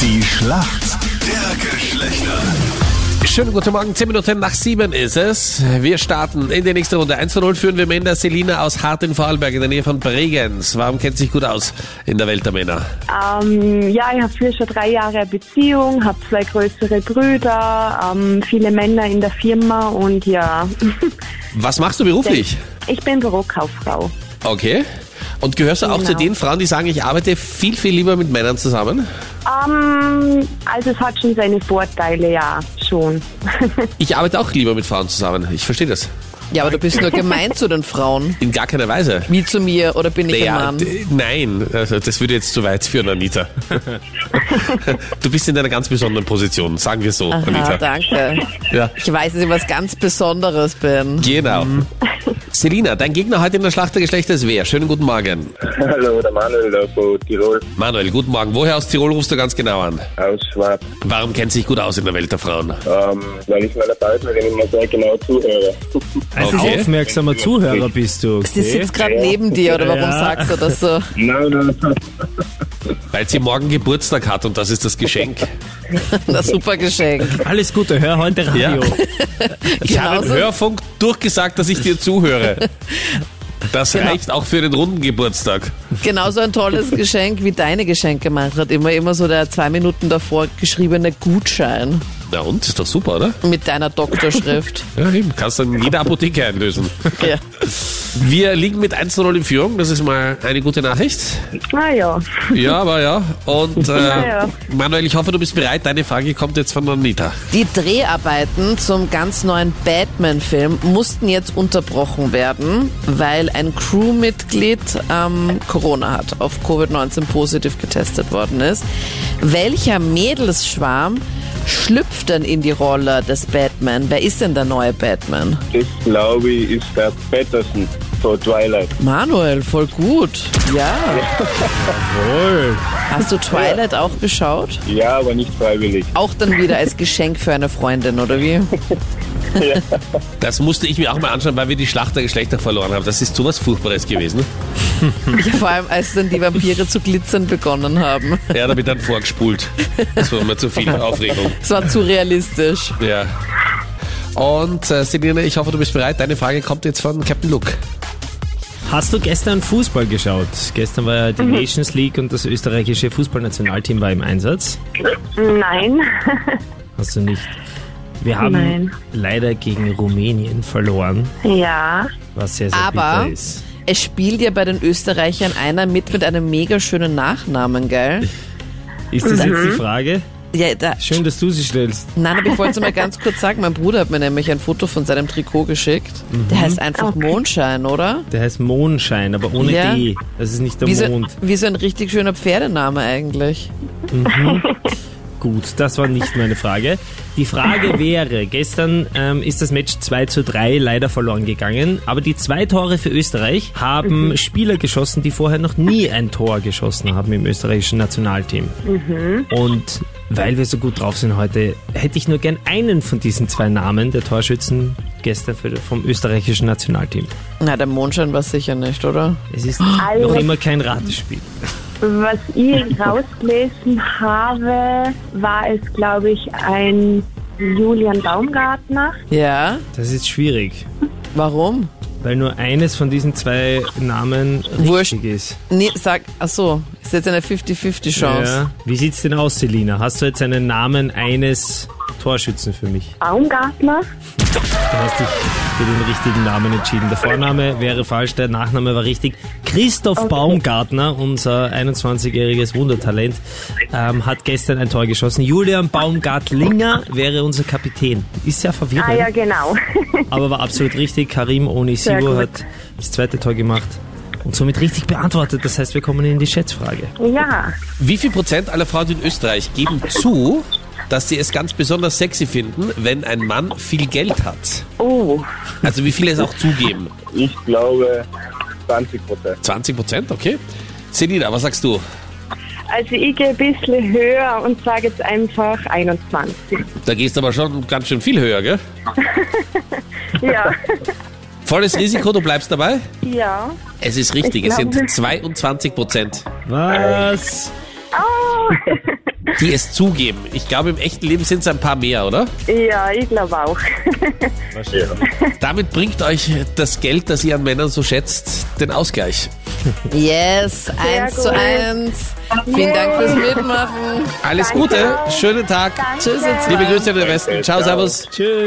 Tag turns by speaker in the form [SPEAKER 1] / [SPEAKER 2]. [SPEAKER 1] Die Schlacht der Geschlechter.
[SPEAKER 2] Schönen guten Morgen, 10 Minuten nach 7 ist es. Wir starten in die nächste Runde. 1 zu 0 führen wir Männer Selina aus Hart in Vorarlberg in der Nähe von Bregenz. Warum kennt sie sich gut aus in der Welt der Männer?
[SPEAKER 3] Ähm, ja, ich habe früher schon drei Jahre eine Beziehung, habe zwei größere Brüder, ähm, viele Männer in der Firma und ja,
[SPEAKER 2] Was machst du beruflich?
[SPEAKER 3] ich bin Bürokauffrau.
[SPEAKER 2] Okay. Und gehörst du auch zu
[SPEAKER 3] Genau.
[SPEAKER 2] den Frauen, die sagen, ich arbeite viel, viel lieber mit Männern zusammen?
[SPEAKER 3] Ähm, also es hat schon seine Vorteile, ja, schon.
[SPEAKER 2] Ich arbeite auch lieber mit Frauen zusammen. Ich verstehe das.
[SPEAKER 4] Ja, aber du bist nur gemein zu den Frauen.
[SPEAKER 2] In gar keiner Weise.
[SPEAKER 4] Wie zu mir oder bin ich
[SPEAKER 2] Naja,
[SPEAKER 4] ein Mann?
[SPEAKER 2] d- nein, also das würde jetzt zu weit führen, Anita. du bist in einer ganz besonderen Position, sagen wir so,
[SPEAKER 4] Ah,
[SPEAKER 2] Anita.
[SPEAKER 4] danke.
[SPEAKER 2] Ja.
[SPEAKER 4] Ich weiß, dass ich was ganz Besonderes bin.
[SPEAKER 2] Genau.
[SPEAKER 3] Mhm.
[SPEAKER 2] Selina, dein Gegner heute in der Schlacht der Geschlechter ist wer? Schönen guten Morgen.
[SPEAKER 5] Hallo, der Manuel da von Tirol
[SPEAKER 2] Manuel, guten Morgen. Woher aus Tirol rufst du ganz genau an?
[SPEAKER 5] aus Schwab,
[SPEAKER 2] Warum kennt sich gut aus in der Welt der Frauen?
[SPEAKER 5] ähm, weil ich meiner Partnerin immer sehr genau zuhöre.
[SPEAKER 6] Also
[SPEAKER 2] Okay.
[SPEAKER 6] aufmerksamer Zuhörer bist du.
[SPEAKER 4] Sie
[SPEAKER 6] Okay?
[SPEAKER 4] sitzt gerade neben dir, oder warum
[SPEAKER 6] Ja.
[SPEAKER 4] sagst du das so?
[SPEAKER 5] Nein, nein,
[SPEAKER 2] Weil sie morgen Geburtstag hat und das ist das Geschenk.
[SPEAKER 4] Na, super Geschenk.
[SPEAKER 6] Alles Gute, hör heute Radio.
[SPEAKER 2] Ich habe im
[SPEAKER 4] Genauso.
[SPEAKER 2] Hörfunk durchgesagt, dass ich dir zuhöre. Das
[SPEAKER 3] Genau.
[SPEAKER 2] reicht auch für den runden Geburtstag.
[SPEAKER 4] Genauso ein tolles Geschenk, wie deine Geschenke gemacht hat. Immer, immer so der zwei Minuten davor geschriebene Gutschein
[SPEAKER 2] Na und, ist doch super, oder?
[SPEAKER 4] mit deiner Doktorschrift.
[SPEAKER 2] Ja, eben. Kannst dann in jeder Apotheke einlösen.
[SPEAKER 4] ja.
[SPEAKER 2] Wir liegen mit 1 zu 0 in Führung, das ist mal eine gute Nachricht.
[SPEAKER 3] Ah ja,
[SPEAKER 2] Ja, aber ja. Und äh,
[SPEAKER 3] ja.
[SPEAKER 2] Manuel, ich hoffe, du bist bereit. Deine Frage kommt jetzt von Anita.
[SPEAKER 4] Die Dreharbeiten zum ganz neuen Batman-Film mussten jetzt unterbrochen werden, weil ein Crewmitglied ähm, Corona hat, auf Covid-19 positiv getestet worden ist. Welcher Mädelsschwarm schlüpft denn in die Rolle des Batman? Wer ist denn der neue Batman?
[SPEAKER 5] das glaube ich ist der Patterson von Twilight.
[SPEAKER 4] Manuel, voll gut. Ja.
[SPEAKER 6] Jawohl.
[SPEAKER 4] Hast du Twilight auch geschaut?
[SPEAKER 5] Ja, aber nicht freiwillig.
[SPEAKER 4] Auch dann wieder als Geschenk für eine Freundin, oder wie?
[SPEAKER 2] Das musste ich mir auch mal anschauen, weil wir die Schlacht der Geschlechter verloren haben. Das ist sowas Furchtbares gewesen.
[SPEAKER 4] Ja, vor allem, als dann die Vampire zu glitzern begonnen haben.
[SPEAKER 2] Ja, da bin ich dann vorgespult. Das war mir zu viel Aufregung.
[SPEAKER 4] Es war zu realistisch.
[SPEAKER 2] Ja. Und äh, Selina, ich hoffe, du bist bereit. Deine Frage kommt jetzt von Captain Luke.
[SPEAKER 6] Hast du gestern Fußball geschaut? Gestern war ja die
[SPEAKER 4] Mhm.
[SPEAKER 6] Nations League und das österreichische Fußballnationalteam war im Einsatz.
[SPEAKER 3] nein.
[SPEAKER 6] Hast du nicht? Wir haben
[SPEAKER 3] Nein.
[SPEAKER 6] leider gegen Rumänien verloren,
[SPEAKER 3] ja,
[SPEAKER 6] was sehr, sehr
[SPEAKER 4] Aber
[SPEAKER 6] bitter ist.
[SPEAKER 4] es spielt ja bei den Österreichern einer mit mit einem mega schönen Nachnamen, gell?
[SPEAKER 6] Ist das
[SPEAKER 4] Mhm.
[SPEAKER 6] jetzt die Frage?
[SPEAKER 4] Ja, da,
[SPEAKER 6] Schön, dass du sie stellst.
[SPEAKER 4] nein, aber ich wollte es mal ganz kurz sagen. Mein Bruder hat mir nämlich ein Foto von seinem Trikot geschickt.
[SPEAKER 6] Mhm.
[SPEAKER 4] Der heißt einfach Mondschein, oder?
[SPEAKER 6] Der heißt Mondschein, aber ohne
[SPEAKER 4] Ja.
[SPEAKER 6] D. Das ist nicht der
[SPEAKER 4] Wie so,
[SPEAKER 6] Mond.
[SPEAKER 4] wie so ein richtig schöner Pferdename eigentlich.
[SPEAKER 6] Gut, das war nicht meine Frage. Die Frage wäre, gestern ähm, ist das Match 2 zu 3 leider verloren gegangen, aber die zwei Tore für Österreich haben Spieler geschossen, die vorher noch nie ein Tor geschossen haben im österreichischen Nationalteam. Und weil wir so gut drauf sind heute, hätte ich nur gern einen von diesen zwei Namen der Torschützen gestern für, vom österreichischen Nationalteam.
[SPEAKER 4] Na, der Mondschein war sicher nicht, oder?
[SPEAKER 6] Es ist
[SPEAKER 3] Also-
[SPEAKER 6] noch immer kein Ratespiel.
[SPEAKER 3] was ich rausgelesen habe, war es, glaube ich, ein Julian Baumgartner.
[SPEAKER 4] Ja,
[SPEAKER 6] Das ist schwierig,
[SPEAKER 4] warum?
[SPEAKER 6] weil nur eines von diesen zwei Namen
[SPEAKER 4] Wurscht.
[SPEAKER 6] richtig ist.
[SPEAKER 4] Nee, sag, ach so, ist jetzt eine 50-50-Chance.
[SPEAKER 6] Ja. Wie sieht's denn aus, Selina? Hast du jetzt einen Namen eines Torschützen für mich?
[SPEAKER 3] Baumgartner?
[SPEAKER 6] Du hast dich für den richtigen Namen entschieden. Der Vorname wäre falsch, der Nachname war richtig. Christoph Baumgartner, unser 21-jähriges Wundertalent, ähm, hat gestern ein Tor geschossen. Julian Baumgartlinger wäre unser Kapitän. Ist ja verwirrend,
[SPEAKER 3] Ah ja, genau.
[SPEAKER 6] aber war absolut richtig. Karim
[SPEAKER 3] Sehr
[SPEAKER 6] Onisivo
[SPEAKER 3] gut.
[SPEAKER 6] hat das zweite Tor gemacht und somit richtig beantwortet. Das heißt, wir kommen in die Schätzfrage.
[SPEAKER 3] ja.
[SPEAKER 2] Wie viel Prozent aller Frauen in Österreich geben zu, dass sie es ganz besonders sexy finden, wenn ein Mann viel Geld hat?
[SPEAKER 3] Oh,
[SPEAKER 2] Also wie viele es auch zugeben?
[SPEAKER 5] Ich glaube 20 Prozent.
[SPEAKER 2] 20 Prozent, okay. Selina, was sagst du?
[SPEAKER 3] also ich gehe ein bisschen höher und sage jetzt einfach 21.
[SPEAKER 2] Da gehst du aber schon ganz schön viel höher, gell?
[SPEAKER 3] Ja.
[SPEAKER 2] Volles Risiko, du bleibst dabei?
[SPEAKER 3] ja.
[SPEAKER 2] Es ist richtig,
[SPEAKER 3] Ich
[SPEAKER 2] es sind
[SPEAKER 3] glaube-
[SPEAKER 2] 22 Prozent.
[SPEAKER 6] Was?
[SPEAKER 3] Oh.
[SPEAKER 2] die es zugeben. Ich glaube, im echten Leben sind es ein paar mehr, oder?
[SPEAKER 3] Ja, ich glaube auch.
[SPEAKER 6] Verstehe.
[SPEAKER 2] Damit bringt euch das Geld, das ihr an Männern so schätzt, den Ausgleich.
[SPEAKER 4] Yes, eins zu
[SPEAKER 3] gut.
[SPEAKER 4] eins. Vielen Dank fürs Mitmachen.
[SPEAKER 2] Alles
[SPEAKER 3] Danke.
[SPEAKER 2] Gute, schönen Tag.
[SPEAKER 3] Danke.
[SPEAKER 2] Tschüss. Liebe Grüße in den Westen. Ciao,
[SPEAKER 5] Ciao.
[SPEAKER 2] servus.
[SPEAKER 6] Tschüss.